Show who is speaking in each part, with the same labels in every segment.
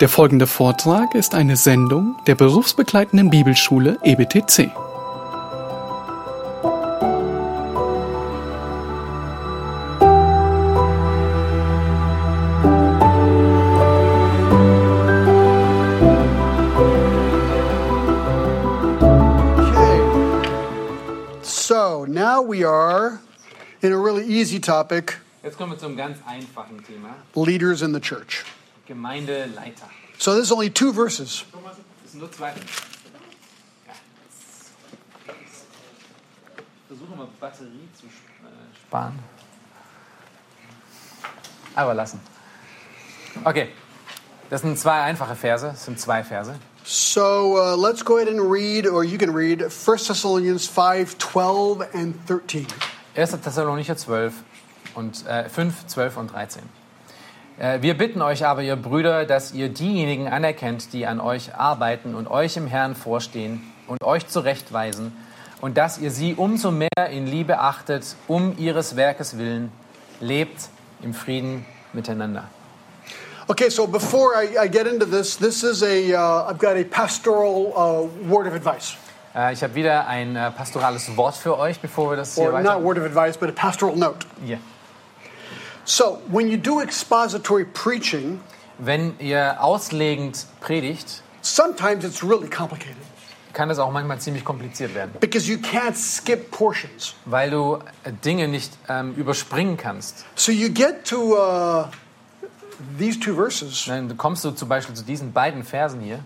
Speaker 1: Der folgende Vortrag ist eine Sendung der berufsbegleitenden Bibelschule E EBTC.
Speaker 2: Okay. So now we are in a really easy topic
Speaker 3: Jetzt kommen wir zum ganz einfachen Thema,
Speaker 2: leaders in the church.
Speaker 3: Gemeindeleiter.
Speaker 2: So this is only two verses.
Speaker 3: Das sind nur zwei. Ja. Versuche mal Batterie zu sp- äh, sparen. Aber lassen. Okay, das sind zwei einfache Verse, das sind zwei Verse.
Speaker 2: So uh, let's go ahead and read, or you can read, 1 Thessalonians 5 12 and 13.
Speaker 3: 1. Thessalonicher 12 und äh, 5, 12 und 13. Äh, wir bitten euch aber, ihr Brüder, dass ihr diejenigen anerkennt, die an euch arbeiten und euch im Herrn vorstehen und euch zurechtweisen und dass ihr sie umso mehr in Liebe achtet, um ihres Werkes willen, lebt im Frieden miteinander.
Speaker 2: Okay, so before I, I get into this, this is a, uh, I've got a pastoral uh, word of advice.
Speaker 3: Äh, ich habe wieder ein äh, pastorales Wort für euch, bevor wir das hier
Speaker 2: Or not
Speaker 3: weiter...
Speaker 2: word of advice, but a pastoral note.
Speaker 3: Hier.
Speaker 2: So when you do expository preaching,
Speaker 3: Wenn ihr auslegend predigt,
Speaker 2: sometimes it's really complicated
Speaker 3: kann das auch manchmal ziemlich kompliziert werden.
Speaker 2: because you can't skip portions.
Speaker 3: weil du äh, Dinge nicht ähm, überspringen kannst.
Speaker 2: So you get to uh, these two verses,
Speaker 3: Dann kommst Ne, du zum Beispiel zu diesen beiden Versen hier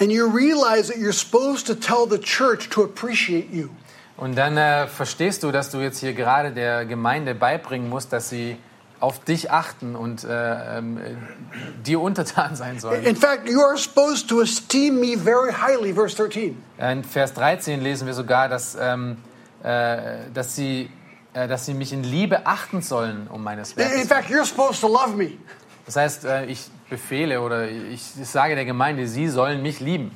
Speaker 2: and you realize that you're supposed to tell the church to appreciate you.
Speaker 3: und dann äh, verstehst du, dass du jetzt hier gerade der Gemeinde beibringen musst, dass sie auf dich achten und äh, ähm, äh, dir untertan sein sollen.
Speaker 2: In fact, you are supposed to esteem me very highly, verse 13.
Speaker 3: Äh, In Vers 13 lesen wir sogar, dass, ähm, äh, dass, sie, äh, dass sie mich in Liebe achten sollen um meines
Speaker 2: In in
Speaker 3: Werkes.
Speaker 2: fact, you're supposed to love me.
Speaker 3: Das heißt, äh, ich befehle oder ich, ich sage der Gemeinde, sie sollen mich lieben.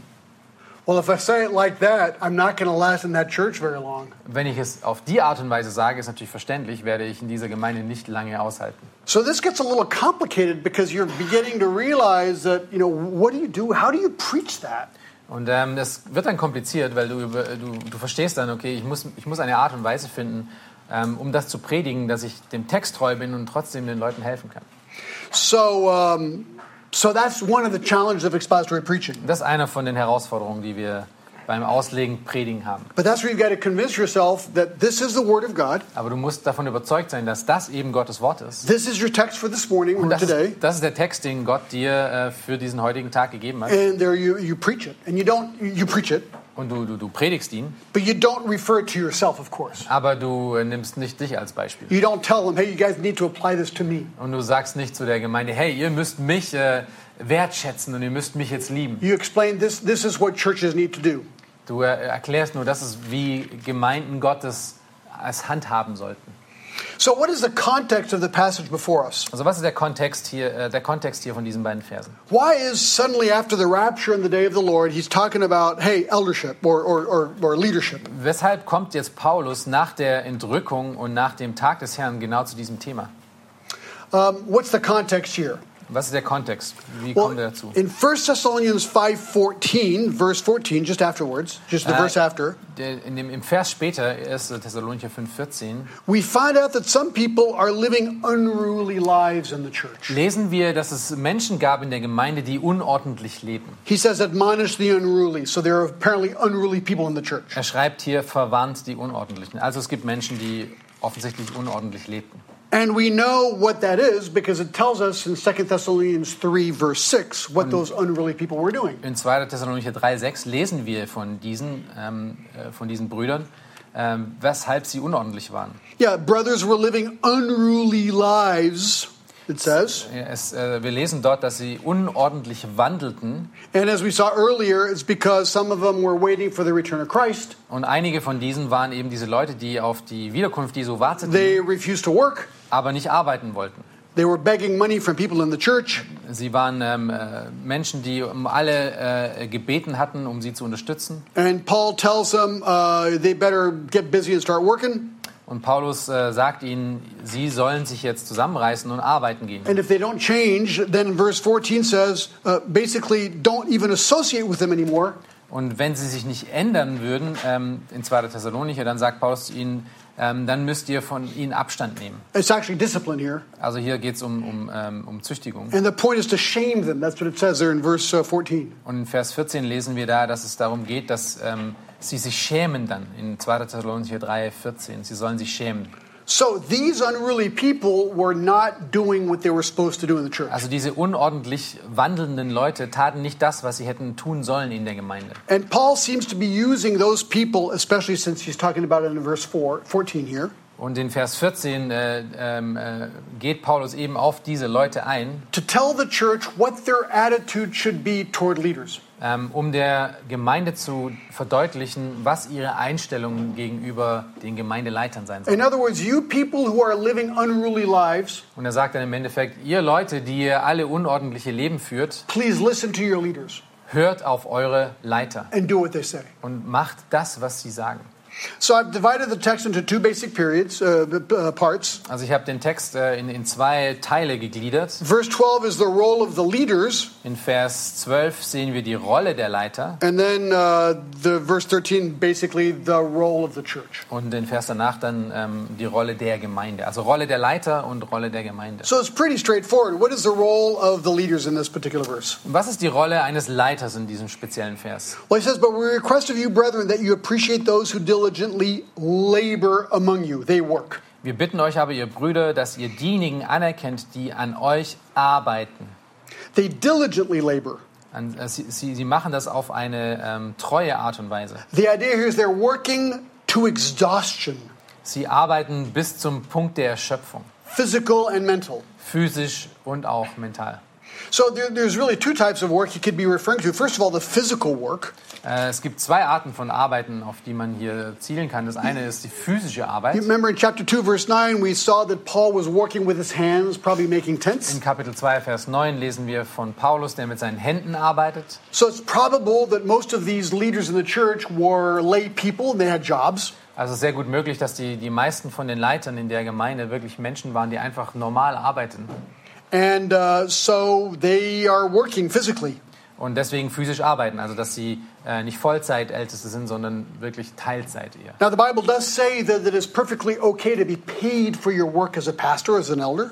Speaker 2: Well, if I say it like that, I'm not going to last in that church very long.
Speaker 3: Wenn ich es auf die Art und Weise sage, ist natürlich verständlich, werde ich in dieser Gemeinde nicht lange aushalten.
Speaker 2: So this gets a little complicated because you're beginning to realize that, you know, what do you do? How do you preach that?
Speaker 3: Und ähm, das wird dann kompliziert, weil du, über, äh, du, du verstehst dann, okay, ich muss, ich muss eine Art und Weise finden, ähm, um das zu predigen, dass ich dem Text treu bin und trotzdem den Leuten helfen kann.
Speaker 2: So, um, so that's one of the challenges of expository preaching.
Speaker 3: Und Das ist einer von den Herausforderungen, die wir beim Auslegen Predigen haben.
Speaker 2: But that's where you've got to convince yourself that this is the Word of God.
Speaker 3: Aber du musst davon überzeugt sein, dass das eben Gottes Wort ist.
Speaker 2: This is your text for this morning or
Speaker 3: Und das,
Speaker 2: today.
Speaker 3: ist, das ist der Text, den Gott dir äh, für diesen heutigen Tag gegeben hat.
Speaker 2: And there you, you preach it. And you don't, you preach it,
Speaker 3: Und du, du, du predigst ihn,
Speaker 2: but you don't refer to yourself, of course.
Speaker 3: aber du äh, nimmst nicht dich als Beispiel.
Speaker 2: You don't tell them, hey, you guys need to apply this to me.
Speaker 3: Und du sagst nicht zu der Gemeinde, hey, ihr müsst mich äh, wertschätzen und ihr müsst mich jetzt lieben.
Speaker 2: You explain this, this is what churches need to do.
Speaker 3: Du äh, erklärst nur, das ist, wie Gemeinden Gottes es handhaben sollten.
Speaker 2: So, what is the context of the passage before us?
Speaker 3: Also was ist der Kontext hier, äh, der Kontext hier von diesen beiden Versen?
Speaker 2: Why is suddenly after the rapture and the day of the Lord, he's talking about, hey, eldership or, or, or, or leadership?
Speaker 3: Weshalb kommt jetzt Paulus nach der Entrückung und nach dem Tag des Herrn genau zu diesem Thema?
Speaker 2: Um, what's the context here?
Speaker 3: Was ist der Kontext? Wie
Speaker 2: Well,
Speaker 3: kommt er dazu?
Speaker 2: in 1 Thessalonians 5.14, verse 14, just afterwards, just the
Speaker 3: Uh,
Speaker 2: verse after,
Speaker 3: Der, in dem, Im Vers später, 1. Thessalonicher 5,14,
Speaker 2: we find out that some people are living unruly lives in the church.
Speaker 3: lesen wir, dass es Menschen gab in der Gemeinde, die unordentlich leben.
Speaker 2: He says, admonish the unruly. So there are apparently unruly people in the church.
Speaker 3: Er schreibt hier, verwarnt die Unordentlichen. Also es gibt Menschen, die offensichtlich unordentlich lebten.
Speaker 2: And we know what that is because it tells us in 2 Thessalonians 3, verse 6, what those unruly people were doing.
Speaker 3: In 2. Thessalonicher 3,6 lesen wir von diesen, ähm, äh, von diesen Brüdern, ähm, weshalb sie unordentlich waren.
Speaker 2: Yeah, brothers were living unruly lives, it says.
Speaker 3: Ja, Es, äh, wir lesen dort, dass sie unordentlich wandelten
Speaker 2: And as we saw earlier, it's because some of them were waiting for the return of Christ.
Speaker 3: und einige von diesen waren eben diese Leute, die auf die Wiederkunft Jesu warteten,
Speaker 2: They refused to work.
Speaker 3: aber nicht arbeiten wollten.
Speaker 2: They were begging money from people in the church.
Speaker 3: Sie waren ähm, äh, Menschen, die um alle äh, gebeten hatten, um sie zu unterstützen.
Speaker 2: And Paul tells them uh, they better get busy and start working.
Speaker 3: Und Paulus äh, sagt ihnen, sie sollen sich jetzt zusammenreißen und arbeiten gehen.
Speaker 2: And if they don't change, then verse 14 says uh, basically don't even associate with them anymore.
Speaker 3: Und wenn sie sich nicht ändern würden, ähm, in 2. Thessalonicher, dann sagt Paulus zu ihnen, ähm, dann müsst ihr von ihnen Abstand nehmen.
Speaker 2: It's actually discipline here.
Speaker 3: Also hier geht es um, um, ähm, um Züchtigung.
Speaker 2: And the point is to shame them. That's what it says there in verse uh, 14.
Speaker 3: Und in Vers 14 lesen wir da, dass es darum geht, dass ähm, sie sich schämen dann. In 2. Thessalonicher 3, 14. Sie sollen sich schämen.
Speaker 2: So these unruly people were not doing what they were supposed to do in the church.
Speaker 3: Also diese unordentlich wandelnden Leute taten nicht das, was sie hätten tun sollen in der Gemeinde.
Speaker 2: And Paul seems to be using those people, especially since he's talking about it in verse 4, 14 here,
Speaker 3: Und in Vers 14 äh, ähm, äh, geht Paulus eben auf diese Leute ein,
Speaker 2: to tell the church what their attitude should be toward leaders.
Speaker 3: ähm, um der Gemeinde zu verdeutlichen, was ihre Einstellung gegenüber den Gemeindeleitern sein soll.
Speaker 2: In other words, you people who are living unruly lives,
Speaker 3: Und er sagt dann im Endeffekt, ihr Leute, die ihr alle unordentliche Leben führt,
Speaker 2: please listen to your leaders
Speaker 3: hört auf eure Leiter
Speaker 2: and do what they say.
Speaker 3: und macht das, was sie sagen.
Speaker 2: So I've divided the text into two basic periods, uh, b- b- uh, parts.
Speaker 3: Also ich habe den Text äh, in, in zwei Teile gegliedert.
Speaker 2: Verse 12 is the role of the leaders,
Speaker 3: In Vers 12 sehen wir die Rolle der Leiter
Speaker 2: and then uh, the verse 13 basically the role of the church.
Speaker 3: und in Vers danach dann ähm, die Rolle der Gemeinde. Also Rolle der Leiter und Rolle der Gemeinde.
Speaker 2: So it's pretty straightforward. What is the role of the leaders in this particular verse?
Speaker 3: Und was ist die Rolle eines Leiters in diesem speziellen Vers?
Speaker 2: Well, he says, But we request of you, brethren, that you appreciate those who diligently labor among you. They work.
Speaker 3: Wir bitten euch aber, ihr Brüder, dass ihr diejenigen anerkennt, die an euch arbeiten.
Speaker 2: They diligently labor.
Speaker 3: An, äh, sie, sie, sie machen das auf eine ähm, treue Art und Weise.
Speaker 2: The idea here is they're working to exhaustion,
Speaker 3: Sie arbeiten bis zum Punkt der Erschöpfung,
Speaker 2: physical and mental.
Speaker 3: physisch und auch mental.
Speaker 2: So there, there's really two types of work he could be referring to. First of all, the physical work.
Speaker 3: Äh, Es gibt zwei Arten von Arbeiten, auf die man hier zielen kann. Das eine ist die physische
Speaker 2: You
Speaker 3: Arbeit.
Speaker 2: remember in chapter 2, verse 9, we saw that Paul was working with his hands, probably making tents.
Speaker 3: In Kapitel 2, Vers 9 lesen wir von Paulus, der mit seinen Händen arbeitet.
Speaker 2: So it's probable that most of these leaders in the church were lay people and they had jobs.
Speaker 3: Also sehr gut möglich, dass die, die meisten von den Leitern in der Gemeinde wirklich Menschen waren, die einfach normal arbeiten
Speaker 2: And uh, so they are working physically.
Speaker 3: und deswegen physisch arbeiten. Also dass sie äh, nicht Vollzeitälteste sind, sondern wirklich Teilzeit eher.
Speaker 2: Now, the Bible does say that it is perfectly okay to be paid for your work as a pastor, as an elder.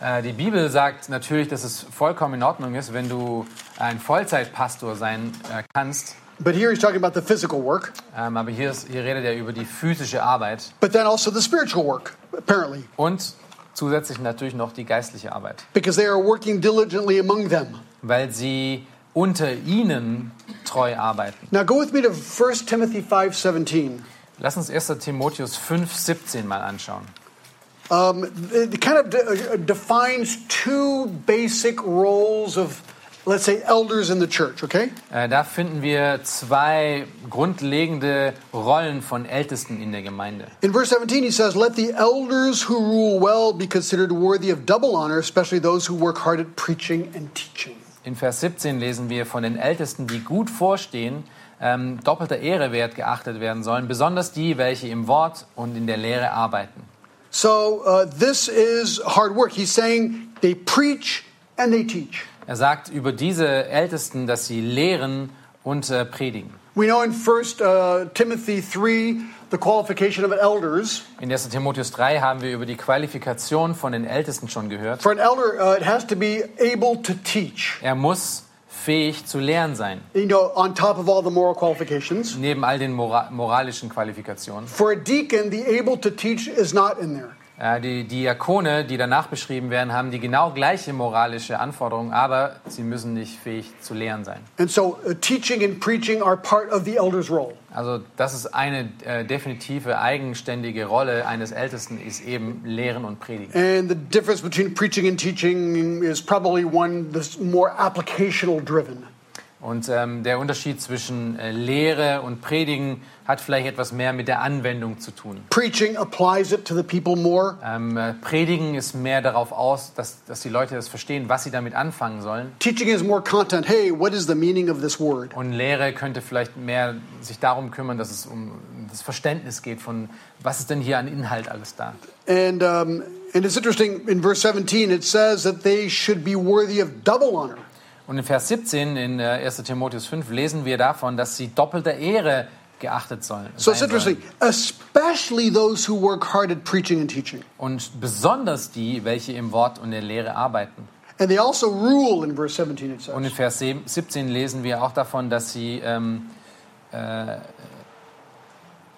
Speaker 3: Äh, die Bibel sagt natürlich, dass es vollkommen in Ordnung ist, wenn du ein Vollzeitpastor sein äh, kannst.
Speaker 2: But here he's talking about the physical work,
Speaker 3: Ähm, aber hier, ist, hier redet er über die physische Arbeit
Speaker 2: but then also the spiritual work, apparently,
Speaker 3: und zusätzlich natürlich noch die geistliche Arbeit,
Speaker 2: because they are working diligently among them.
Speaker 3: weil sie unter ihnen treu arbeiten.
Speaker 2: Now, go with me to 1 Timothy 5.17.
Speaker 3: Lass uns 1. Timotheus 5, 17 mal anschauen.
Speaker 2: Um, it it kind of de- uh, defines two basic roles of, let's say, elders in the church, okay?
Speaker 3: Äh, da finden wir zwei grundlegende Rollen von Ältesten in der Gemeinde.
Speaker 2: In verse 17, he says, Let the elders who rule well be considered worthy of double honor, especially those who work hard at preaching and teaching.
Speaker 3: In Vers 17 lesen wir von den Ältesten, die gut vorstehen, ähm, doppelter Ehre wert geachtet werden sollen, besonders die, welche im Wort und in der Lehre arbeiten.
Speaker 2: So uh, this is hard work. He's saying they preach and they teach.
Speaker 3: Er sagt über diese Ältesten, dass sie lehren und äh, predigen.
Speaker 2: We know in First uh, Timothy three the qualification of elders.
Speaker 3: In 1. Timotheus 3 haben wir über die Qualifikation von den Ältesten schon gehört.
Speaker 2: For an elder, uh, it has to be able to teach.
Speaker 3: Er muss fähig zu lehren sein,
Speaker 2: You know, on top of all the moral qualifications.
Speaker 3: neben all den mora moralischen Qualifikationen.
Speaker 2: For a deacon, the able to teach is not in there.
Speaker 3: Äh, die Diakone, die danach beschrieben werden, haben die genau gleiche moralische Anforderungen, aber sie müssen nicht fähig zu lehren sein.
Speaker 2: And so, uh, teaching and preaching are part of the elder's role.
Speaker 3: Also das ist eine äh, definitive eigenständige Rolle eines Ältesten, ist eben Lehren und Predigen.
Speaker 2: And the difference between preaching and teaching is probably one that's more applicational driven.
Speaker 3: Und ähm, der Unterschied zwischen äh, Lehre und Predigen hat vielleicht etwas mehr mit der Anwendung zu tun.
Speaker 2: Preaching applies it to the people more.
Speaker 3: Ähm, äh, Predigen ist mehr darauf aus, dass, dass die Leute das verstehen, was sie damit anfangen sollen.
Speaker 2: Teaching is more content. Hey, what is the meaning of this word?
Speaker 3: Und Lehre könnte vielleicht mehr sich darum kümmern, dass es um das Verständnis geht von, was ist denn hier an Inhalt alles da.
Speaker 2: And, um, and it's interesting, in verse 17, it says that they should be worthy of double honor.
Speaker 3: Und in Vers 17 in äh, 1. Timotheus 5 lesen wir davon, dass sie doppelter Ehre geachtet sollen.
Speaker 2: So it's
Speaker 3: sein sollen.
Speaker 2: interesting, especially those who work hard at preaching and teaching.
Speaker 3: Und besonders die, welche im Wort und der Lehre arbeiten.
Speaker 2: And they also rule in verse 17, it
Speaker 3: Und in
Speaker 2: says.
Speaker 3: Vers 7 17 lesen wir auch davon, dass sie ähm,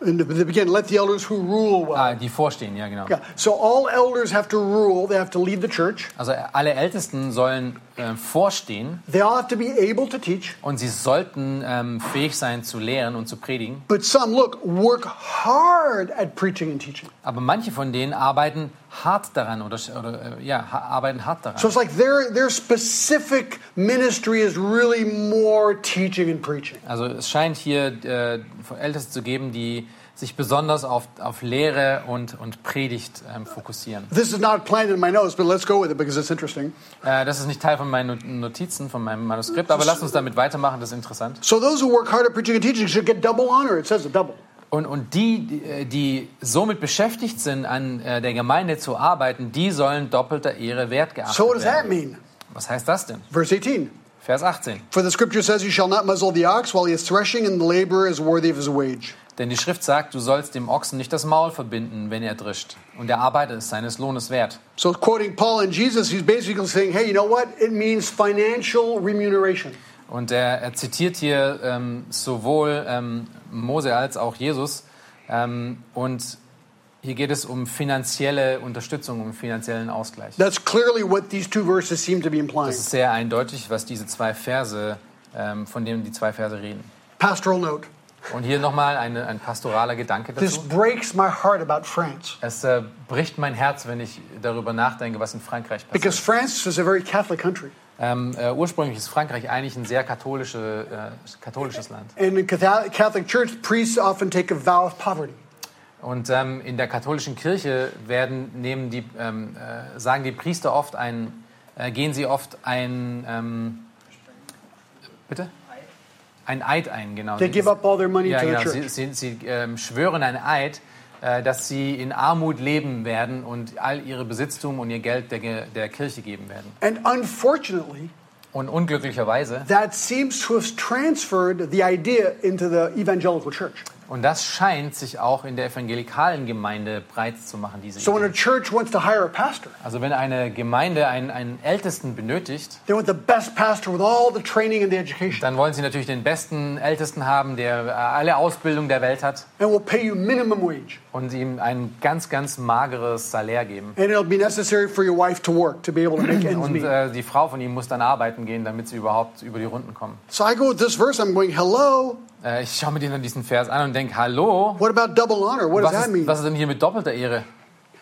Speaker 2: In the the beginning, let the elders who rule well.
Speaker 3: ah, die vorstehen, ja genau.
Speaker 2: Yeah. So all elders have to rule, they have to lead the church,
Speaker 3: Also alle Ältesten sollen äh, vorstehen
Speaker 2: they all have to be able to teach.
Speaker 3: und sie sollten ähm, fähig sein zu lehren und zu predigen.
Speaker 2: But some, look, work hard at preaching and teaching.
Speaker 3: Aber manche von denen arbeiten hart daran oder, oder äh, ja ha arbeiten hart daran.
Speaker 2: So it's like their, their specific ministry is really more teaching and preaching.
Speaker 3: Also es scheint hier äh, von Ältesten zu geben, die sich besonders auf, auf Lehre und, und Predigt ähm, fokussieren.
Speaker 2: This is not planned in my notes, but let's go with it because it's interesting.
Speaker 3: Äh, das ist nicht Teil von meinen Not- Notizen, von meinem Manuskript, aber lasst uns damit weitermachen, das ist interessant.
Speaker 2: So those who work hard at preaching and teaching should get double honor. It says a double.
Speaker 3: Und, und die, die, äh, die somit beschäftigt sind, an äh, der Gemeinde zu arbeiten, die sollen doppelter Ehre wert geachtet
Speaker 2: So what does that
Speaker 3: werden.
Speaker 2: mean?
Speaker 3: Was heißt das denn?
Speaker 2: Verse 18.
Speaker 3: Vers 18.
Speaker 2: For the scripture says, You shall not muzzle the ox while he is threshing, and the laborer is worthy of his wage.
Speaker 3: Denn die Schrift sagt, du sollst dem Ochsen nicht das Maul verbinden, wenn er drischt. Und der Arbeiter ist seines Lohnes wert.
Speaker 2: So, quoting Paul and Jesus, he's basically saying, Hey, you know what? It means financial remuneration.
Speaker 3: Und er, er zitiert hier ähm, sowohl ähm, Mose als auch Jesus. Ähm, und hier geht es um finanzielle Unterstützung, um finanziellen Ausgleich.
Speaker 2: That's clearly what these two verses seem to be implying.
Speaker 3: Das ist sehr eindeutig, was diese zwei Verse, ähm, von denen die zwei Verse reden.
Speaker 2: Pastoral note.
Speaker 3: Und hier nochmal eine, ein pastoraler Gedanke
Speaker 2: This
Speaker 3: dazu.
Speaker 2: breaks my heart about France
Speaker 3: Es äh, bricht mein Herz, wenn ich darüber nachdenke, was in Frankreich passiert.
Speaker 2: because France is a very Catholic country.
Speaker 3: Ähm, äh, ursprünglich ist Frankreich eigentlich ein sehr katholische, äh, katholisches Land.
Speaker 2: And in Catho- Catholic Church, priests often take a vow of poverty.
Speaker 3: Und ähm, in der katholischen Kirche werden, nehmen die, ähm, äh, sagen die Priester oft ein, äh, gehen sie oft ein, ähm, bitte? Ein Eid ein, genau.
Speaker 2: They give up all their money
Speaker 3: ja,
Speaker 2: to the
Speaker 3: genau. Sie,
Speaker 2: church.
Speaker 3: sie, sie ähm, schwören einen Eid, äh, dass sie in Armut leben werden und all ihre Besitztum und ihr Geld der, Ge- der Kirche geben werden.
Speaker 2: And unfortunately,
Speaker 3: Und unglücklicherweise,
Speaker 2: that seems to have transferred the idea into the evangelical church.
Speaker 3: und das scheint sich auch in der evangelikalen Gemeinde breit zu machen, diese
Speaker 2: So when
Speaker 3: Idee.
Speaker 2: a church wants to hire a pastor,
Speaker 3: Also wenn eine Gemeinde einen, einen Ältesten benötigt,
Speaker 2: they want the best pastor with all the training and the education
Speaker 3: dann wollen sie natürlich den besten Ältesten haben, der äh, alle Ausbildung der Welt hat
Speaker 2: and will pay you minimum wage.
Speaker 3: und ihm ein ganz, ganz mageres Salär geben.
Speaker 2: And it'll be necessary for your wife to work to be able to make ends
Speaker 3: Und
Speaker 2: meet.
Speaker 3: äh, die Frau von ihm muss dann arbeiten gehen, damit sie überhaupt über die Runden kommen.
Speaker 2: So I go with this verse, I'm going, hello,
Speaker 3: Äh, ich schaue mir dann diesen Vers an und denke, hallo,
Speaker 2: what about double honor? What does
Speaker 3: was
Speaker 2: that
Speaker 3: ist,
Speaker 2: mean?
Speaker 3: was ist denn hier mit doppelter Ehre?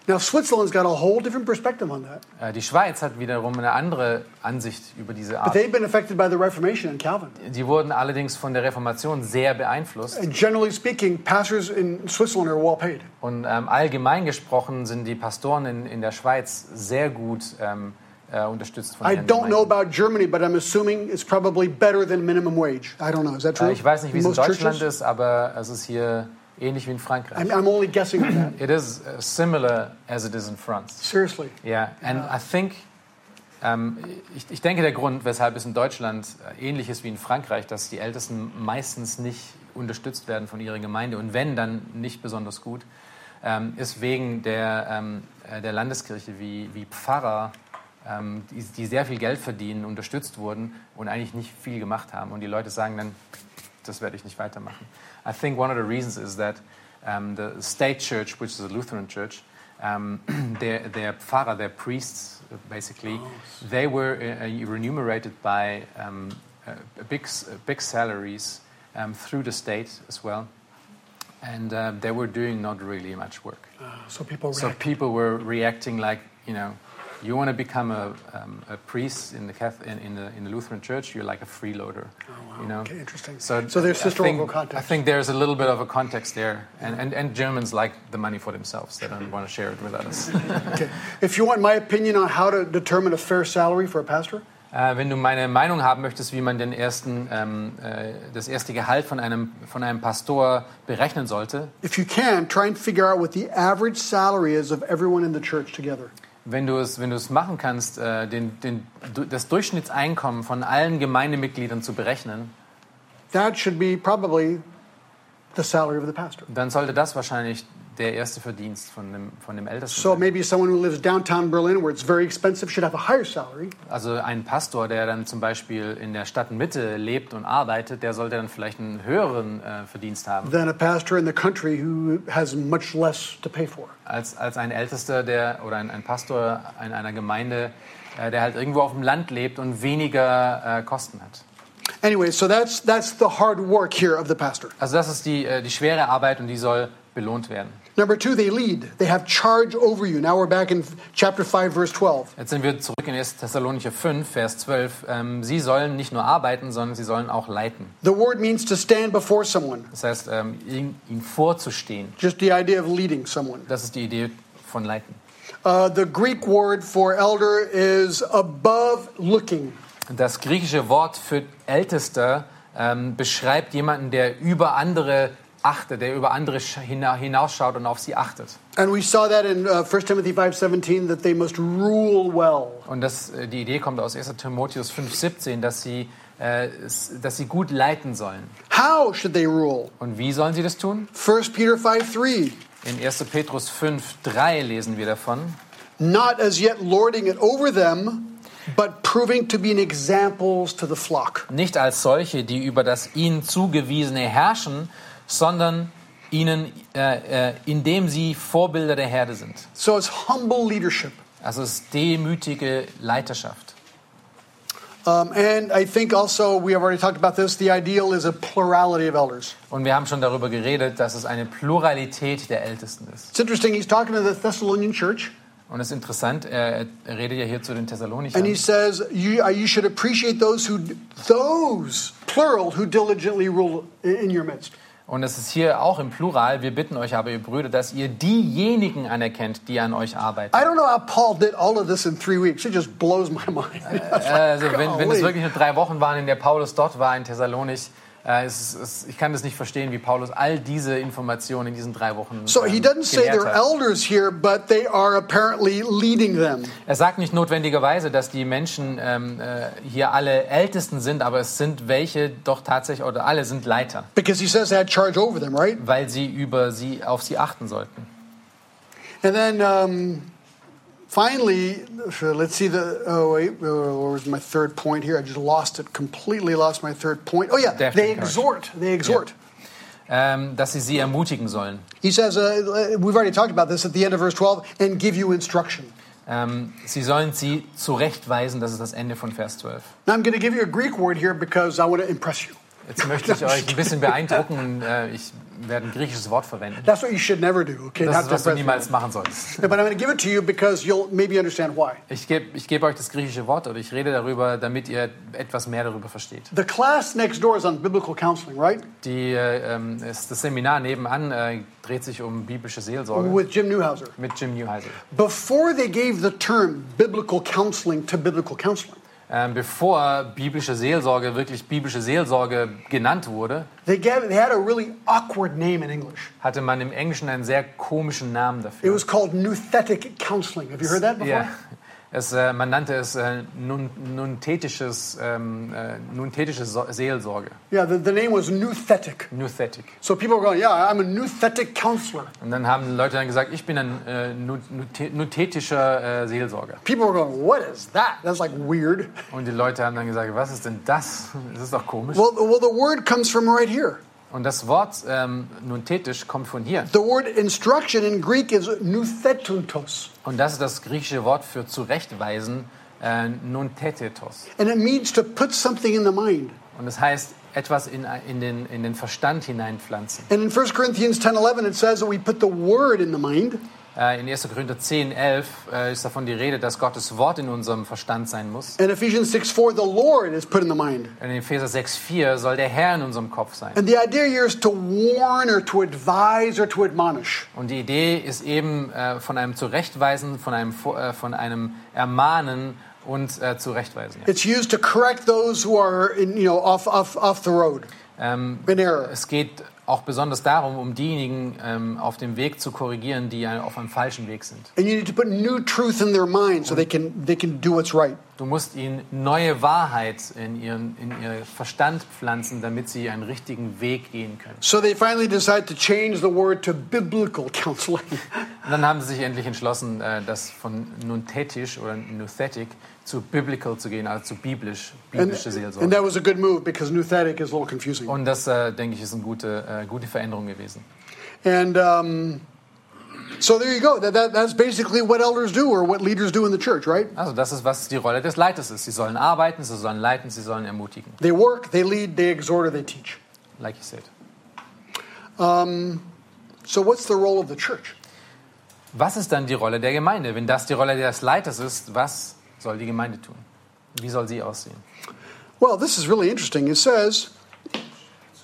Speaker 2: Now, Switzerland's got a whole different perspective on that.
Speaker 3: Äh, die Schweiz hat wiederum eine andere Ansicht über diese
Speaker 2: But
Speaker 3: Art.
Speaker 2: they've been affected by the Reformation and Calvin.
Speaker 3: Die wurden allerdings von der Reformation sehr beeinflusst.
Speaker 2: And generally speaking, pastors in Switzerland are well paid.
Speaker 3: Und ähm, allgemein gesprochen sind die Pastoren in, in der Schweiz sehr gut ähm, äh, unterstützt von
Speaker 2: I
Speaker 3: ihren
Speaker 2: don't know
Speaker 3: Gemeinden.
Speaker 2: about Germany, but I'm assuming it's probably better than minimum wage. I don't know. Is that true?
Speaker 3: Äh, Ich weiß nicht, wie es in
Speaker 2: Most
Speaker 3: Deutschland uh,
Speaker 2: churches?
Speaker 3: ist, aber es ist hier ähnlich wie in Frankreich.
Speaker 2: I'm, I'm only guessing at that.
Speaker 3: It is uh, similar as it is in France.
Speaker 2: Seriously.
Speaker 3: Yeah, and I think, ähm, ich, ich denke, der Grund, weshalb es in Deutschland äh, ähnlich ist wie in Frankreich, dass die Ältesten meistens nicht unterstützt werden von ihrer Gemeinde und wenn, dann nicht besonders gut, ähm, ist wegen der, ähm, äh, der Landeskirche, wie, wie Pfarrer, ähm, die, die sehr viel Geld verdienen, unterstützt wurden und eigentlich nicht viel gemacht haben. Und die Leute sagen dann, das werde ich nicht weitermachen. I think one of the reasons is that um, the state church, which is a Lutheran church, um, their, their pfarrer, their priests, uh, basically, they were uh, uh, remunerated by um, uh, big, s- uh, big salaries um, through the state as well. And uh, they were doing not really much work.
Speaker 2: So people
Speaker 3: So
Speaker 2: react.
Speaker 3: people were reacting like, you know, you want to become a, um, a priest in the, Cath- in, in, the, in the Lutheran church, you're like a freeloader. You know?
Speaker 2: Oh, Okay, interesting.
Speaker 3: So,
Speaker 2: So there's
Speaker 3: I
Speaker 2: historical
Speaker 3: think,
Speaker 2: context.
Speaker 3: I think there's a little bit of a context there. And, and, and Germans like the money for themselves. They don't want to share it with others.
Speaker 2: Okay. If you want my opinion on how to determine a fair salary for a pastor,
Speaker 3: Äh, wenn du meine Meinung haben möchtest, wie man den ersten, ähm, äh, das erste Gehalt von einem, von einem Pastor berechnen sollte,
Speaker 2: If you can, try and figure out what the average salary is of everyone in the church together.
Speaker 3: wenn du es, wenn du es machen kannst, äh, den, den, du- das Durchschnittseinkommen von allen Gemeindemitgliedern zu berechnen,
Speaker 2: That should be probably the salary of the pastor.
Speaker 3: dann sollte das wahrscheinlich der erste Verdienst von dem, von dem Ältesten
Speaker 2: So
Speaker 3: sein.
Speaker 2: maybe someone who lives downtown Berlin, where it's very expensive, should have a higher salary.
Speaker 3: Also ein Pastor, der dann zum Beispiel in der Stadtmitte lebt und arbeitet, der sollte dann vielleicht einen höheren äh, Verdienst haben
Speaker 2: than a pastor in the country who has much less to pay for.
Speaker 3: als, als ein Ältester der, oder ein, ein Pastor in einer Gemeinde, äh, der halt irgendwo auf dem Land lebt und weniger äh, Kosten hat.
Speaker 2: Anyway, so that's that's the hard work here of the pastor.
Speaker 3: Also das ist die, äh, die schwere Arbeit und die soll belohnt werden.
Speaker 2: Number 2, they lead. They have charge over you. Now we're back in chapter 5 verse 12.
Speaker 3: Jetzt sind wir zurück in 1. Thessalonicher 5, Vers 12. Ähm, sie sollen nicht nur arbeiten, sondern sie sollen auch leiten.
Speaker 2: The word means to stand before someone.
Speaker 3: Das heißt, ähm, ihnen ihn vorzustehen.
Speaker 2: Just the idea of leading someone.
Speaker 3: Das ist die Idee von leiten.
Speaker 2: Uh, the Greek word for elder is above looking.
Speaker 3: Das griechische Wort für Ältester ähm, beschreibt jemanden, der über andere achtet, der über andere sch- hina- hinausschaut und auf sie achtet.
Speaker 2: And we saw that in uh, 1 Timothy 5:17 that they must rule well.
Speaker 3: Und das, äh, die Idee kommt aus 1. Timotheus 5,17, dass sie, äh, s- dass sie gut leiten sollen.
Speaker 2: How should they rule?
Speaker 3: Und wie sollen sie das tun?
Speaker 2: 1 Peter 5:3
Speaker 3: In 1. Petrus 5,3 lesen wir davon.
Speaker 2: not as yet lording it over them, but proving to be an examples to the flock.
Speaker 3: Nicht als solche, die über das ihnen zugewiesene herrschen, sondern ihnen, äh, äh, indem sie Vorbilder der Herde sind.
Speaker 2: So it's humble leadership.
Speaker 3: Also es ist demütige Leiterschaft.
Speaker 2: Um, and I think also we have already talked about this. The ideal is a plurality of elders.
Speaker 3: Und wir haben schon darüber geredet, dass es eine Pluralität der Ältesten ist.
Speaker 2: It's interesting. He's talking to the Thessalonian church,
Speaker 3: Und es ist interessant, er, er redet ja hier zu den
Speaker 2: and
Speaker 3: Thessalonichern.
Speaker 2: he says you, uh, you should appreciate those who those plural who diligently rule i- in your midst.
Speaker 3: Und es ist hier auch im Plural, wir bitten euch aber, ihr Brüder, dass ihr diejenigen anerkennt, die an euch arbeiten.
Speaker 2: I don't know how Paul did all of this in three weeks. It just blows my mind.
Speaker 3: Also wenn, wenn es
Speaker 2: Golly.
Speaker 3: wirklich nur drei Wochen waren, in der Paulus dort war, in Thessalonich, äh, es, ist- es, ich kann das nicht verstehen, wie Paulus all diese Informationen in diesen drei Wochen
Speaker 2: So he
Speaker 3: ähm,
Speaker 2: doesn't say
Speaker 3: gelehrt
Speaker 2: they're
Speaker 3: hat.
Speaker 2: elders here, but they are apparently leading them.
Speaker 3: Er sagt nicht notwendigerweise, dass die Menschen ähm, äh, hier alle Ältesten sind, aber es sind welche doch tatsächlich, oder alle sind Leiter,
Speaker 2: Because he says they had charge over them, right?
Speaker 3: weil sie über sie, auf sie achten sollten.
Speaker 2: And then um, finally, so let's see the. Oh, wait, oh, where was my third point here? I just lost it completely, lost my third point. Oh, yeah, they
Speaker 3: Definitely
Speaker 2: exhort. They exhort.
Speaker 3: Ähm, dass sie sie ermutigen sollen.
Speaker 2: He says, uh, we've already talked about this at the end of verse 12, and give you instruction.
Speaker 3: Ähm, sie sollen sie zurechtweisen, das ist das Ende von Vers 12.
Speaker 2: Now, I'm going to give you a Greek word here because I want to impress you.
Speaker 3: Jetzt möchte ich euch ein bisschen beeindrucken und äh, ich werde ein griechisches Wort verwenden.
Speaker 2: That's what you should never do, okay?
Speaker 3: Das
Speaker 2: Not
Speaker 3: ist,
Speaker 2: to
Speaker 3: was du
Speaker 2: impress
Speaker 3: niemals machen sollst.
Speaker 2: you. But I'm going to give it to you because you'll maybe understand why.
Speaker 3: Ich gebe ich geb euch das griechische Wort oder ich rede darüber, damit ihr etwas mehr darüber versteht.
Speaker 2: The class next door is on biblical counseling, right?
Speaker 3: Die, äh, ähm, das das Seminar nebenan äh, dreht sich um biblische Seelsorge
Speaker 2: With Jim Newhouser.
Speaker 3: mit Jim Newheiser.
Speaker 2: Before they gave the term biblical counseling to biblical counseling,
Speaker 3: Ähm, bevor biblische Seelsorge wirklich biblische Seelsorge genannt wurde,
Speaker 2: They, gave, they had a really awkward name in English.
Speaker 3: hatte man im Englischen einen sehr komischen Namen
Speaker 2: It
Speaker 3: dafür.
Speaker 2: was called nuthetic counseling. Have you heard that before?
Speaker 3: Ja. Es, äh, man nannte es äh, nun, nunthetisches, ähm, äh, nunthetische so Seelsorge,
Speaker 2: Yeah, the, the name was nuthetic.
Speaker 3: nuthetic.
Speaker 2: So people were going, yeah, I'm a nuthetic counselor.
Speaker 3: Und dann haben Leute dann gesagt, ich bin ein äh, nu- nuthe- nuthetischer äh, Seelsorger.
Speaker 2: People were going, what is that? That's like weird.
Speaker 3: Und die Leute haben dann gesagt, was ist denn das? Das ist doch komisch.
Speaker 2: Well, the- well, the word comes from right here.
Speaker 3: Und das Wort ähm, nunthetisch kommt von hier.
Speaker 2: The word instruction in Greek is nuthetuntos,
Speaker 3: Und das ist das griechische Wort für zurechtweisen, äh, nunthetetos.
Speaker 2: and it means to put something in the mind.
Speaker 3: Und das heißt, etwas in, in, den, in den Verstand hineinpflanzen.
Speaker 2: And in 1 Corinthians 10 11, it says that we put the word in the mind.
Speaker 3: Äh, in 1. Korinther 10, 11 äh, ist davon die Rede, dass Gottes Wort in unserem Verstand sein muss.
Speaker 2: And Ephesians 6 4, the Lord is put in the mind.
Speaker 3: In Epheser 6, 4 soll der Herr in unserem Kopf sein.
Speaker 2: And the idea here is to warn or to advise or to admonish.
Speaker 3: Und die Idee ist eben äh, von einem Zurechtweisen, von einem, Vor- äh, von einem Ermahnen und äh, zurechtweisen. Ja.
Speaker 2: It's used to correct those who are, in, you know, off, off, off the road,
Speaker 3: Ähm,
Speaker 2: in error.
Speaker 3: es geht auch besonders darum, um diejenigen ähm, auf dem Weg zu korrigieren, die äh, auf einem falschen Weg sind.
Speaker 2: And you need to put new truth in their mind so they can, they can do what's right.
Speaker 3: Du musst ihnen neue Wahrheit in ihren in ihr Verstand pflanzen, damit sie einen richtigen Weg gehen können.
Speaker 2: So they finally decide to change the word to biblical counseling.
Speaker 3: Und dann haben sie sich endlich entschlossen, äh, das von nunthetisch oder nuthetic zu biblical zu gehen, also zu biblisch,
Speaker 2: and,
Speaker 3: biblische
Speaker 2: and
Speaker 3: Seelsorge.
Speaker 2: that was a good move because nuthetic is a little confusing.
Speaker 3: Und das, äh, denke ich, ist eine gute, äh, gute Veränderung gewesen.
Speaker 2: And um, so there you go. That, that, that's basically what elders do or what leaders do in the church, right?
Speaker 3: Also das ist, was die Rolle des Leiters ist. Sie sollen arbeiten, sie sollen leiten, sie sollen ermutigen.
Speaker 2: They work, they lead, they exhort, or they teach.
Speaker 3: Like you said.
Speaker 2: So what's the role of the church?
Speaker 3: Was ist dann die Rolle der Gemeinde? Wenn das die Rolle des Leiters ist, was soll die Gemeinde tun? Wie soll sie aussehen?
Speaker 2: Well, this is really interesting. It says,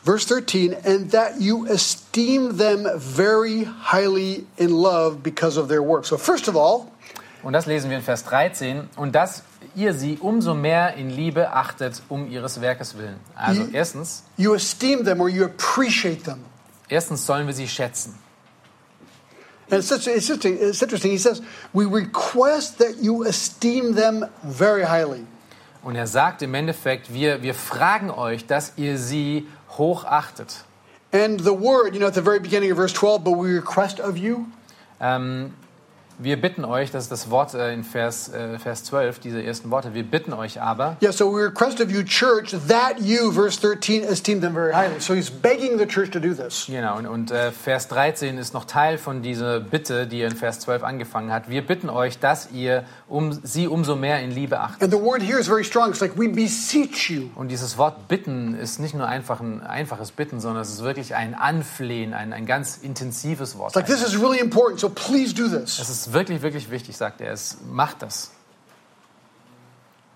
Speaker 2: verse 13, and that you esteem them very highly in love because of their work. So, first of all,
Speaker 3: Und das lesen wir in Vers 13. Und dass ihr sie umso mehr in Liebe achtet, um ihres Werkes willen. Also
Speaker 2: Mhm.
Speaker 3: erstens,
Speaker 2: you esteem them or you appreciate them.
Speaker 3: erstens sollen wir sie schätzen.
Speaker 2: And it's, such, it's, such, it's interesting. He says, we request that you esteem them very highly.
Speaker 3: Und er sagt im Endeffekt, wir, wir fragen euch, dass ihr sie hoch achtet.
Speaker 2: And the word, you know, at the very beginning of verse 12, but we request of you.
Speaker 3: Ähm, wir bitten euch, das ist das Wort äh, in Vers, äh, Vers 12, diese ersten Worte, wir bitten euch aber,
Speaker 2: Yeah, so we request of you, church, that you, verse 13, esteem them very highly. So he's begging the church to do this.
Speaker 3: Genau, und, und äh, Vers 13 ist noch Teil von dieser Bitte, die er in Vers 12 angefangen hat. Wir bitten euch, dass ihr um, sie umso mehr in Liebe achtet.
Speaker 2: And the word here is very strong. It's like, we beseech you.
Speaker 3: Und dieses Wort bitten ist nicht nur einfach ein einfaches Bitten, sondern es ist wirklich ein Anflehen, ein, ein ganz intensives
Speaker 2: It's
Speaker 3: Wort.
Speaker 2: like, this is really important, so please do
Speaker 3: Es
Speaker 2: this.
Speaker 3: ist wirklich, wirklich wichtig, sagt er. Es macht das,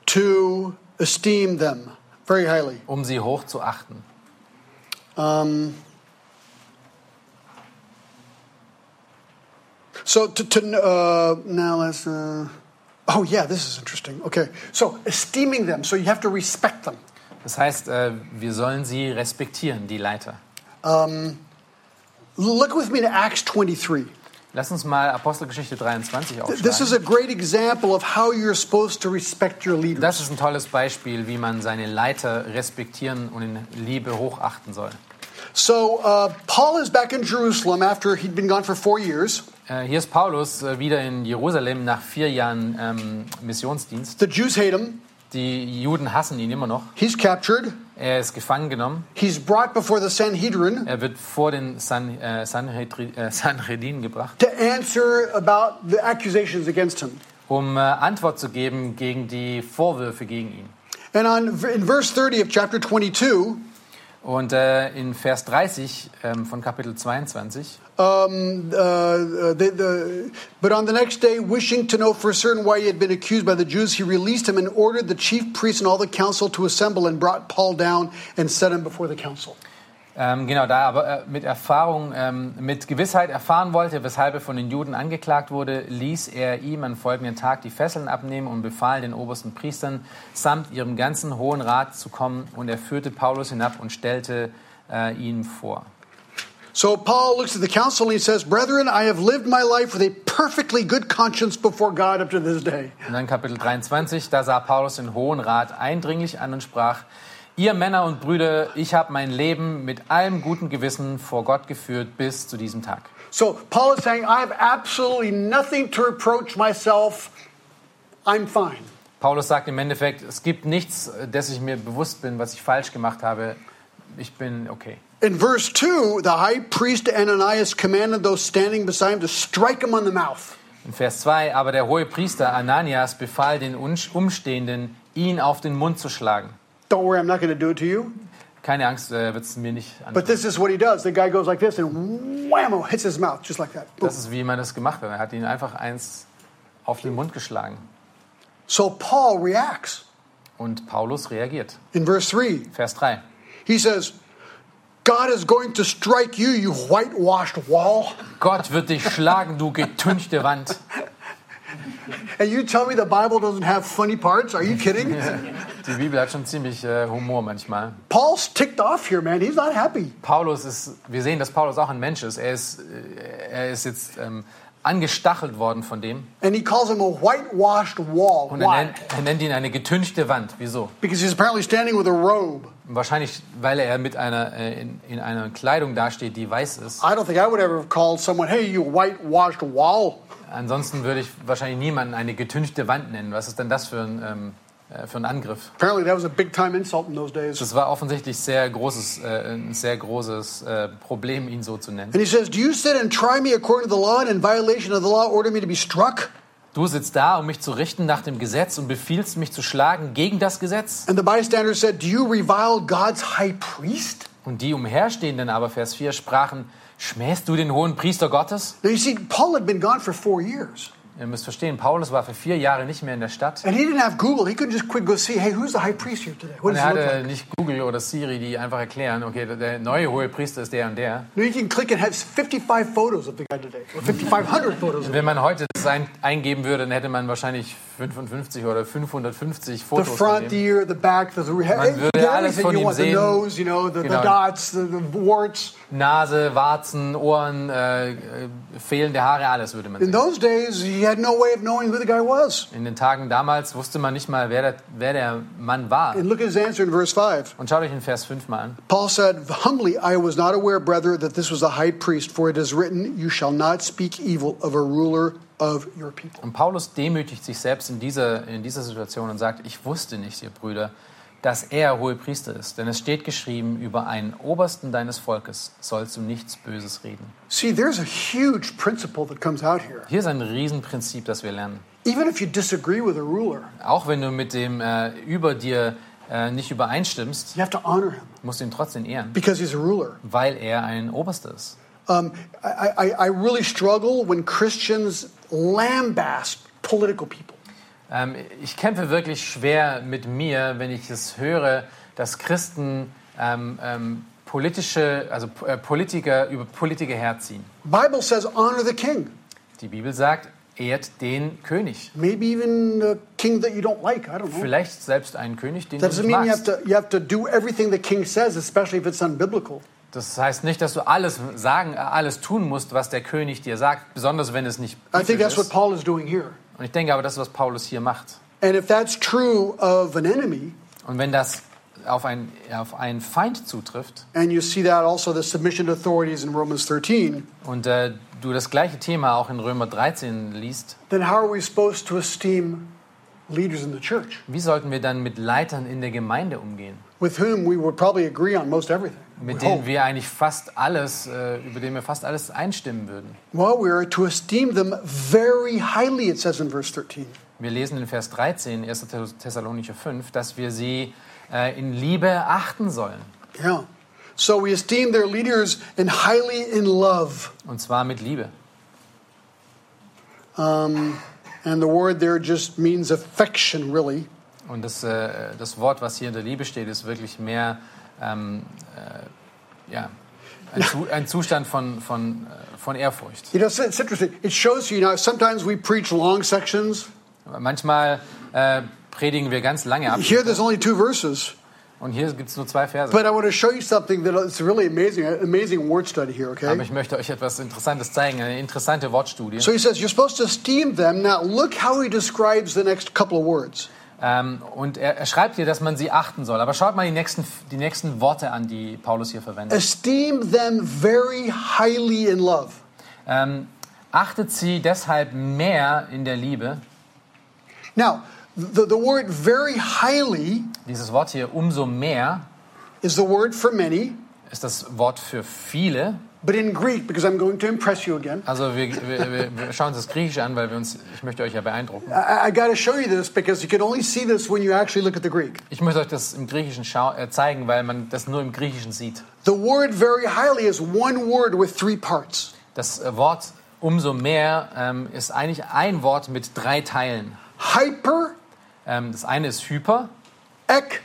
Speaker 2: To esteem them very highly.
Speaker 3: um sie hoch zu achten.
Speaker 2: So to, to uh, now let's, uh, oh yeah, this is interesting. Okay, so esteeming them, so you have to respect them.
Speaker 3: Das heißt, äh, wir sollen sie respektieren, die Leiter.
Speaker 2: Look with me to Acts 23.
Speaker 3: Lass uns mal Apostelgeschichte 23
Speaker 2: This is
Speaker 3: aufschlagen.
Speaker 2: a great example of how you're supposed to respect your leaders.
Speaker 3: Das ist ein tolles Beispiel, wie man seine Leiter respektieren und in Liebe hochachten soll.
Speaker 2: So uh, Paul is back in Jerusalem after he'd been gone for four years.
Speaker 3: Äh, Hier ist Paulus äh, wieder in Jerusalem nach vier Jahren ähm, Missionsdienst.
Speaker 2: The Jews hate him.
Speaker 3: Die Juden hassen ihn immer noch.
Speaker 2: He's captured.
Speaker 3: Er ist gefangen genommen.
Speaker 2: He's brought before the Sanhedrin
Speaker 3: Er wird vor den San, äh, Sanhedrin, äh, Sanhedrin gebracht,
Speaker 2: to answer about the accusations against him.
Speaker 3: um äh, Antwort zu geben gegen die Vorwürfe gegen ihn.
Speaker 2: And on in verse 30 of chapter 22,
Speaker 3: Und äh, in Vers 30 ähm, von Kapitel 22
Speaker 2: um, uh, uh, the, the, but on the next day, wishing to know for certain why he had been accused by the Jews, he released him and ordered the chief priests and all the council to assemble and brought Paul down and set him before the council.
Speaker 3: Ähm, genau, da er aber äh, mit Erfahrung, ähm, mit Gewissheit erfahren wollte, weshalb er von den Juden angeklagt wurde, ließ er ihm am folgenden Tag die Fesseln abnehmen und befahl den obersten Priestern samt ihrem ganzen hohen Rat zu kommen. Und er führte Paulus hinab und stellte äh, ihn vor.
Speaker 2: So Paul looks at the council and he says, Brethren, I have lived my life with a perfectly good conscience before God up to this day.
Speaker 3: Und dann Kapitel 23, da sah Paulus den Hohen Rat eindringlich an und sprach, ihr Männer und Brüder, ich habe mein Leben mit allem guten Gewissen vor Gott geführt bis zu diesem Tag.
Speaker 2: So Paul is saying, I have absolutely nothing to reproach myself. I'm fine.
Speaker 3: Paulus sagt im Endeffekt, es gibt nichts, dass ich mir bewusst bin, was ich falsch gemacht habe. Ich bin okay.
Speaker 2: In verse 2, the high priest Ananias commanded those standing beside him to strike him on the mouth.
Speaker 3: In Vers 2, aber der hohe Priester Ananias befahl den Unsch- Umstehenden, ihn auf den Mund zu schlagen.
Speaker 2: Don't worry, I'm not going to do it to you.
Speaker 3: Keine Angst, äh, wird es mir nicht
Speaker 2: But
Speaker 3: antun.
Speaker 2: this is what he does. The guy goes like this and whammo, hits his mouth just like that. Boom.
Speaker 3: Das ist, wie man das gemacht hat. Er hat ihn einfach eins auf den Mund geschlagen.
Speaker 2: So Paul reacts
Speaker 3: Und Paulus reagiert.
Speaker 2: in verse 3.
Speaker 3: Vers 3.
Speaker 2: He says, God is going to strike you, you whitewashed wall.
Speaker 3: Gott wird dich schlagen, du getünchte Wand.
Speaker 2: And you tell me the Bible doesn't have funny parts? Are you kidding?
Speaker 3: Die Bibel hat schon ziemlich äh, Humor manchmal.
Speaker 2: Paul's ticked off here, man. He's not happy.
Speaker 3: Paulus ist, wir sehen, dass Paulus auch ein Mensch ist. Er ist, äh, er ist jetzt ähm, angestachelt worden von dem.
Speaker 2: And he calls him a whitewashed wall.
Speaker 3: Und er
Speaker 2: Why?
Speaker 3: nennt, er nennt ihn eine getünchte Wand. Wieso?
Speaker 2: Because he's apparently standing with a robe.
Speaker 3: Wahrscheinlich, weil er mit einer, äh, in, in einer Kleidung dasteht, die weiß ist.
Speaker 2: I don't think I would ever have called someone, hey, you whitewashed wall.
Speaker 3: Ansonsten würde ich wahrscheinlich niemanden eine getünchte Wand nennen. Was ist denn das für ein, ähm, äh, für ein Angriff?
Speaker 2: Apparently, that was a big time insult in those days.
Speaker 3: Das war offensichtlich sehr großes, äh, ein sehr großes äh, Problem, ihn so zu nennen.
Speaker 2: And he says, Do you sit and try me according to the law, and in violation of the law, order me to be struck?
Speaker 3: Du sitzt da, um mich zu richten nach dem Gesetz und befiehlst mich zu schlagen gegen das Gesetz.
Speaker 2: And the bystander said, Do you revile God's high priest?
Speaker 3: Und die Umherstehenden aber, Vers 4, sprachen, schmähst du den hohen Priester Gottes?
Speaker 2: Now, you see, Paul had been gone for four years,
Speaker 3: Ihr müsst verstehen, Paulus war für vier Jahre nicht mehr in der Stadt.
Speaker 2: and he didn't have Google. He couldn't just quick go see, Hey, who's the high priest here today? What
Speaker 3: Und
Speaker 2: does
Speaker 3: er
Speaker 2: he look
Speaker 3: hatte
Speaker 2: like?
Speaker 3: nicht Google oder Siri, die einfach erklären, okay, der neue hohe Priester ist der und der.
Speaker 2: Now, you can click and have 55 photos of the guy today, or 5,500 photos of him.
Speaker 3: Wenn man heute das ein, eingeben würde, dann hätte man wahrscheinlich 55 oder 550
Speaker 2: The
Speaker 3: Fotos von
Speaker 2: front, the
Speaker 3: dem.
Speaker 2: ear, the back, the, the everything
Speaker 3: würde alles von
Speaker 2: you
Speaker 3: ihm
Speaker 2: want, the
Speaker 3: sehen.
Speaker 2: nose, you know, the, the
Speaker 3: Genau.
Speaker 2: dots, the, the warts.
Speaker 3: Nase, Warzen, Ohren, äh, äh, fehlende Haare, alles würde man
Speaker 2: In
Speaker 3: sehen.
Speaker 2: those days, he had no way of knowing who the guy was.
Speaker 3: In den Tagen damals wusste man nicht mal, wer der, wer der Mann war.
Speaker 2: And look at his answer in verse 5.
Speaker 3: Und schaut euch den Vers 5 mal an.
Speaker 2: Paul said, Humbly, I was not aware, brother, that this was a high priest, for it is written, You shall not speak evil of a ruler of your people.
Speaker 3: Und Paulus demütigt sich selbst in dieser, in dieser Situation und sagt, ich wusste nicht, ihr Brüder, dass er hohe Priester ist. Denn es steht geschrieben, über einen Obersten deines Volkes sollst du nichts Böses reden.
Speaker 2: See, there's a huge principle that comes out here.
Speaker 3: Hier ist ein Riesenprinzip, das wir lernen.
Speaker 2: Even if you disagree with a ruler,
Speaker 3: Auch wenn du mit dem äh, über dir äh, nicht übereinstimmst,
Speaker 2: you have to honor him
Speaker 3: musst du ihn trotzdem ehren,
Speaker 2: because he's a ruler.
Speaker 3: weil er ein Oberster ist.
Speaker 2: Um, I, I, I really struggle when Christians lambast political people.
Speaker 3: Ähm, ich kämpfe wirklich schwer mit mir, wenn ich es höre, dass Christen ähm, ähm, politische, also äh, Politiker über Politiker herziehen.
Speaker 2: Bible says, honor the king.
Speaker 3: Die Bibel sagt, ehrt den König.
Speaker 2: Maybe even a king that you don't like. I don't know.
Speaker 3: Vielleicht selbst einen König, den
Speaker 2: That
Speaker 3: du
Speaker 2: doesn't
Speaker 3: nicht
Speaker 2: mean you have
Speaker 3: magst.
Speaker 2: to you have to do everything the king says, especially if it's unbiblical.
Speaker 3: Das heißt nicht, dass du alles sagen, äh, alles tun musst, was der König dir sagt, besonders wenn es nicht
Speaker 2: I think
Speaker 3: biblisch
Speaker 2: that's what
Speaker 3: ist.
Speaker 2: Paul is doing here.
Speaker 3: Und ich denke aber, das ist, was Paulus hier macht.
Speaker 2: And if that's true of an enemy,
Speaker 3: Und wenn das auf einen, auf einen Feind zutrifft
Speaker 2: and you see that also the submission to authorities in Romans 13,
Speaker 3: und äh, du das gleiche Thema auch in Römer 13 liest,
Speaker 2: then how are we supposed to esteem leaders in the church
Speaker 3: Wie sollten wir dann mit Leitern in der Gemeinde umgehen,
Speaker 2: with whom we would probably agree on most everything? Oh, We
Speaker 3: mit
Speaker 2: hope.
Speaker 3: denen wir eigentlich fast alles, äh, über denen wir fast alles einstimmen würden?
Speaker 2: Well, we are to esteem them very highly, it says in verse 13.
Speaker 3: Wir lesen in Vers 13, 1. Thess- Thessalonicher 5, dass wir sie äh, in Liebe achten sollen.
Speaker 2: Yeah. So we esteem their leaders and highly in love.
Speaker 3: Und zwar mit Liebe.
Speaker 2: And the word there just means affection, really.
Speaker 3: Und das, äh, das Wort, was hier in der Liebe steht, ist wirklich mehr ähm, äh, ja, ein, Zu ein Zustand von, von, äh, von Ehrfurcht.
Speaker 2: You know, it's, it's interesting. It shows you, you know, sometimes we preach long sections.
Speaker 3: Manchmal äh, predigen wir ganz lange ab.
Speaker 2: Here, there's only two verses.
Speaker 3: Und hier gibt es nur zwei Verse.
Speaker 2: But I want to show you something that it's really amazing, an amazing word study here,
Speaker 3: Aber
Speaker 2: okay?
Speaker 3: ich möchte euch etwas Interessantes zeigen, eine interessante Wortstudie.
Speaker 2: So he says, you're supposed to esteem them. Now, look how he describes the next couple of words.
Speaker 3: Ähm, und er, er schreibt hier, dass man sie achten soll. Aber schaut mal die nächsten, die nächsten Worte an, die Paulus hier verwendet.
Speaker 2: Esteem them very highly in love.
Speaker 3: Ähm, achtet sie deshalb mehr in der Liebe.
Speaker 2: Now, the, the word very highly
Speaker 3: Dieses Wort hier, umso mehr,
Speaker 2: is the word for many,
Speaker 3: ist das Wort für viele.
Speaker 2: but in Greek, because I'm going to impress you again.
Speaker 3: Also wir, wir, wir- wir schauen uns das Griechische an, weil wir uns, ich möchte euch ja beeindrucken.
Speaker 2: I, I got to show you this because you can only see this when you actually look at the Greek.
Speaker 3: Ich möchte euch das im Griechischen schau, äh, zeigen, weil man das nur im Griechischen sieht.
Speaker 2: The word very highly is one word with three parts.
Speaker 3: Das äh, Wort umso mehr ähm, ist eigentlich ein Wort mit drei Teilen.
Speaker 2: Hyper,
Speaker 3: Ähm, das eine ist Hyper,
Speaker 2: ek,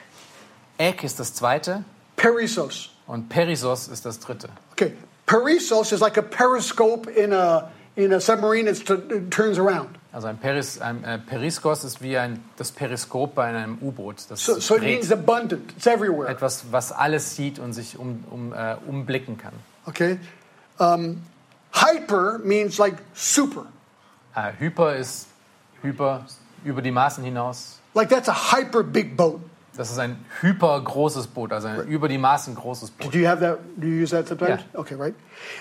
Speaker 3: Ek ist das zweite
Speaker 2: perisos.
Speaker 3: und Perisos ist das dritte.
Speaker 2: Okay, perisos is like a periscope in a in a submarine. It's t- it turns around.
Speaker 3: Also ein, Peris, ein äh, Periskos ist wie ein, das Periskop bei einem U-Boot. Das
Speaker 2: So,
Speaker 3: sich
Speaker 2: so it
Speaker 3: dreht.
Speaker 2: means abundant. It's everywhere.
Speaker 3: etwas, was alles sieht und sich um, um, äh, umblicken kann.
Speaker 2: Okay. Um, hyper means like super.
Speaker 3: Äh, Hyper ist Hyper über die Maßen hinaus.
Speaker 2: Like that's a hyper big boat.
Speaker 3: Das ist ein hyper großes Boot, also ein über die Maßen großes Boot.
Speaker 2: Do you have that? Do you use that sometimes?
Speaker 3: Yeah.
Speaker 2: Okay, right.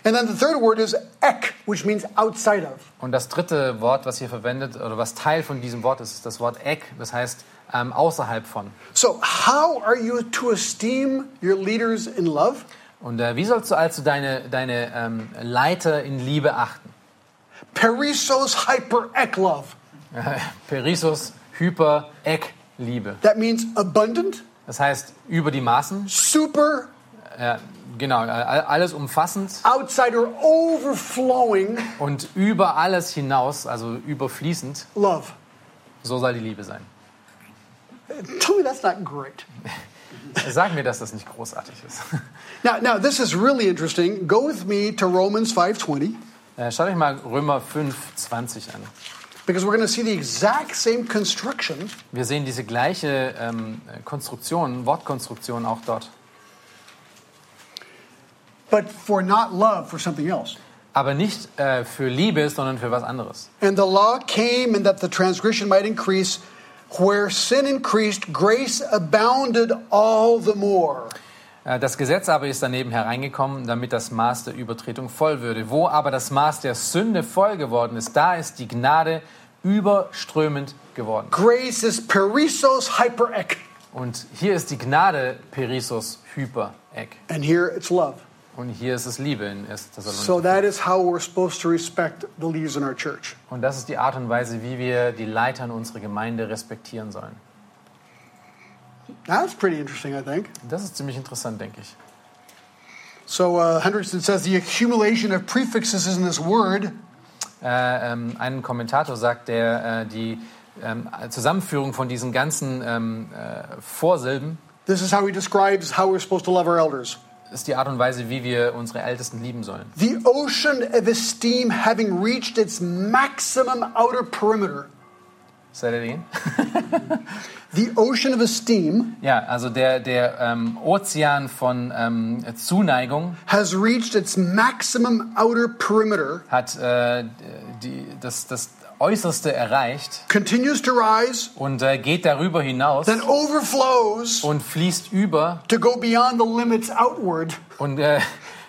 Speaker 2: And then the third word is ek, which means outside of.
Speaker 3: Und das dritte Wort, was hier verwendet oder was Teil von diesem Wort ist, ist das Wort Eck. Das heißt ähm, außerhalb von.
Speaker 2: So, how are you to esteem your leaders in love?
Speaker 3: Und äh, wie sollst du also deine, deine ähm, Leiter in Liebe achten?
Speaker 2: Perisos hyper ek love.
Speaker 3: Perisos hyper Eck Liebe.
Speaker 2: That means abundant,
Speaker 3: Das heißt über die Maßen,
Speaker 2: super,
Speaker 3: äh, genau, äh, alles umfassend.
Speaker 2: outside or overflowing
Speaker 3: Und über alles hinaus, also überfließend,
Speaker 2: love.
Speaker 3: so soll die Liebe sein.
Speaker 2: Tell me that's not great.
Speaker 3: Sag mir, dass das nicht großartig ist.
Speaker 2: Now, now this is really interesting. Go with me to Romans 5:20
Speaker 3: Äh, Schaut euch mal Römer 5, 20 an.
Speaker 2: because we're going to see the exact same construction
Speaker 3: Wir sehen diese gleiche ähm, Konstruktion, Wortkonstruktion auch dort.
Speaker 2: but for not love for something else.
Speaker 3: Aber nicht äh, für Liebe, sondern für was anderes.
Speaker 2: And the law came and that the transgression might increase where sin increased grace abounded all the more.
Speaker 3: Äh, Das Gesetz aber ist daneben hereingekommen, damit das Maß der Übertretung voll würde. Wo aber das Maß der Sünde voll geworden ist, da ist die Gnade überströmend geworden.
Speaker 2: Grace is perisos hyperek
Speaker 3: Und hier ist die Gnade Perisos Hyper-Eck.
Speaker 2: and here it's love.
Speaker 3: Und hier ist es Liebe in 1.
Speaker 2: So
Speaker 3: Thessaloniki.
Speaker 2: that is how we're supposed to respect the leaders in our church.
Speaker 3: Und das ist die Art und Weise, wie wir die Leiter in unserer Gemeinde respektieren sollen.
Speaker 2: That's pretty interesting, I think.
Speaker 3: Das ist ziemlich interessant, denke ich.
Speaker 2: So uh, Hendrickson says the accumulation of prefixes in this word
Speaker 3: Äh, ähm, ein Kommentator sagt, der äh, die ähm, Zusammenführung von diesen ganzen ähm, äh, Vorsilben
Speaker 2: This is how he describes how we're supposed to love our elders.
Speaker 3: ist die Art und Weise, wie wir unsere Ältesten lieben sollen.
Speaker 2: The ocean of esteem having reached its maximum outer perimeter.
Speaker 3: Say that again.
Speaker 2: The ocean of esteem
Speaker 3: Ja, also der, der ähm, Ozean von ähm, Zuneigung
Speaker 2: has reached its maximum outer perimeter,
Speaker 3: hat äh, die, das, das Äußerste erreicht
Speaker 2: continues to rise,
Speaker 3: und äh, geht darüber hinaus
Speaker 2: then overflows
Speaker 3: und fließt über
Speaker 2: to go beyond the limits outward.
Speaker 3: und äh,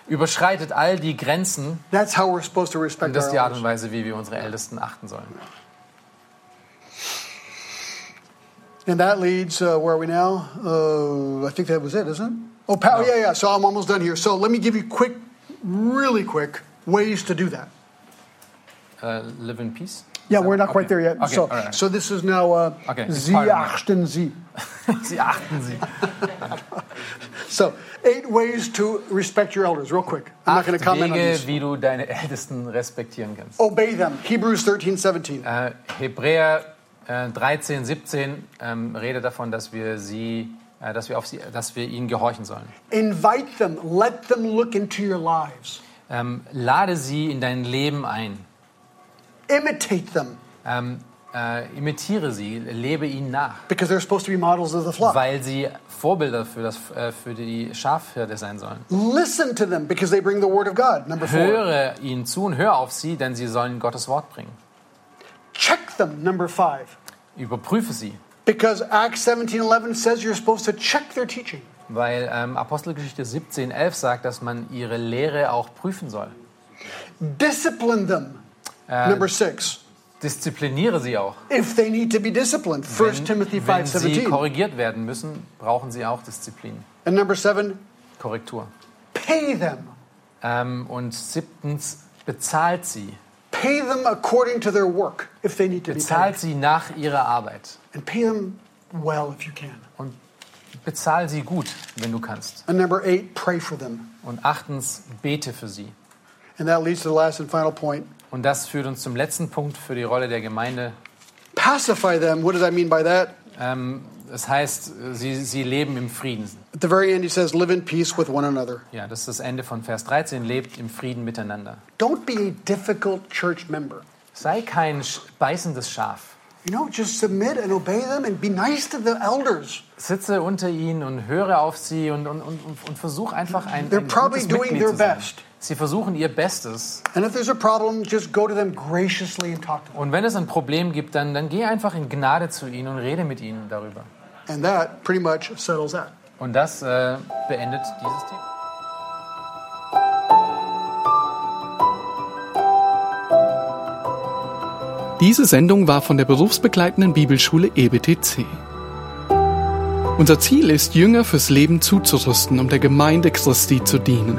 Speaker 3: überschreitet all die Grenzen.
Speaker 2: That's how we're supposed to respect
Speaker 3: Und das ist die
Speaker 2: our
Speaker 3: Art und
Speaker 2: elders.
Speaker 3: Weise, wie wir unsere Ältesten achten sollen.
Speaker 2: And that leads, uh, where are we now? Uh, I think that was it, isn't it? Oh, pa- yeah, yeah. So I'm almost done here. So let me give you quick, really quick, ways to do that.
Speaker 3: Äh, live in peace.
Speaker 2: Yeah, we're not quite there
Speaker 3: Okay.
Speaker 2: yet.
Speaker 3: Okay,
Speaker 2: so,
Speaker 3: all right.
Speaker 2: so this is now uh,
Speaker 3: Okay, it's
Speaker 2: Sie
Speaker 3: part of it.
Speaker 2: achten Sie.
Speaker 3: Sie achten sie.
Speaker 2: So, eight ways to respect your elders, real quick. I'm not
Speaker 3: Acht
Speaker 2: going to comment on
Speaker 3: Wege,
Speaker 2: these.
Speaker 3: wie du deine Ältesten respektieren kannst.
Speaker 2: Obey them. Hebrews 13, 17.
Speaker 3: Äh, Hebräer äh, 13, 17 ähm, redet davon, dass wir sie, äh, dass wir auf sie, dass wir ihnen gehorchen sollen.
Speaker 2: Invite them. Let them look into your lives.
Speaker 3: Ähm, lade sie in dein Leben ein.
Speaker 2: Imitate them
Speaker 3: Ähm, äh, imitiere sie, lebe ihnen nach,
Speaker 2: because they're supposed to be models of the flock.
Speaker 3: weil sie Vorbilder für das äh, für die Schafhirte sein sollen.
Speaker 2: Listen to them because they bring the word of God. Number four.
Speaker 3: Höre ihnen zu und hör auf sie, denn sie sollen Gottes Wort bringen.
Speaker 2: Check them. Number five.
Speaker 3: Überprüfe sie,
Speaker 2: Because Acts 17, 11 says you're supposed to check their teaching.
Speaker 3: weil ähm, Apostelgeschichte 17, 11 sagt, dass man ihre Lehre auch prüfen soll.
Speaker 2: Discipline them. Number six.
Speaker 3: Diszipliniere sie auch.
Speaker 2: If they need to be disciplined. 1 Timothy 5,
Speaker 3: Wenn sie
Speaker 2: 17.
Speaker 3: korrigiert werden müssen, brauchen sie auch Disziplin,
Speaker 2: And number seven,
Speaker 3: Korrektur.
Speaker 2: pay them.
Speaker 3: Ähm, und siebtens, bezahlt sie.
Speaker 2: Pay them according to their work if they need to be paid.
Speaker 3: Bezahlt sie nach ihrer Arbeit.
Speaker 2: And pay them well if you can.
Speaker 3: Und bezahl sie gut, wenn du kannst.
Speaker 2: And number eight, pray for them.
Speaker 3: Und achtens, bete für sie.
Speaker 2: And that leads to the last and final point.
Speaker 3: Und das führt uns zum letzten Punkt für die Rolle der Gemeinde.
Speaker 2: Pacify them. What does I mean by that?
Speaker 3: Ähm, das heißt, äh, sie, sie leben im Frieden.
Speaker 2: At the very end, he says, live in peace with one another.
Speaker 3: Ja, das ist das Ende von Vers 13. Lebt im Frieden miteinander.
Speaker 2: Don't be a difficult church member.
Speaker 3: Sei kein sch- beißendes Schaf.
Speaker 2: You know, just submit and obey them and be nice to the elders.
Speaker 3: Sitze unter ihnen und höre auf sie und, und, und, und, und versuch einfach ein,
Speaker 2: They're
Speaker 3: ein
Speaker 2: probably
Speaker 3: gutes
Speaker 2: doing
Speaker 3: Mitglied
Speaker 2: their
Speaker 3: zu sein.
Speaker 2: best.
Speaker 3: Sie versuchen ihr Bestes.
Speaker 2: And if there's a problem, just go to them graciously and talk to them.
Speaker 3: Und wenn es ein Problem gibt, dann, dann geh einfach in Gnade zu ihnen und rede mit ihnen darüber.
Speaker 2: And that pretty much settles that.
Speaker 3: Und das äh, beendet dieses Thema.
Speaker 1: Diese Sendung war von der berufsbegleitenden Bibelschule E EBTC. Unser Ziel ist, Jünger fürs Leben zuzurüsten, um der Gemeinde Christi zu dienen.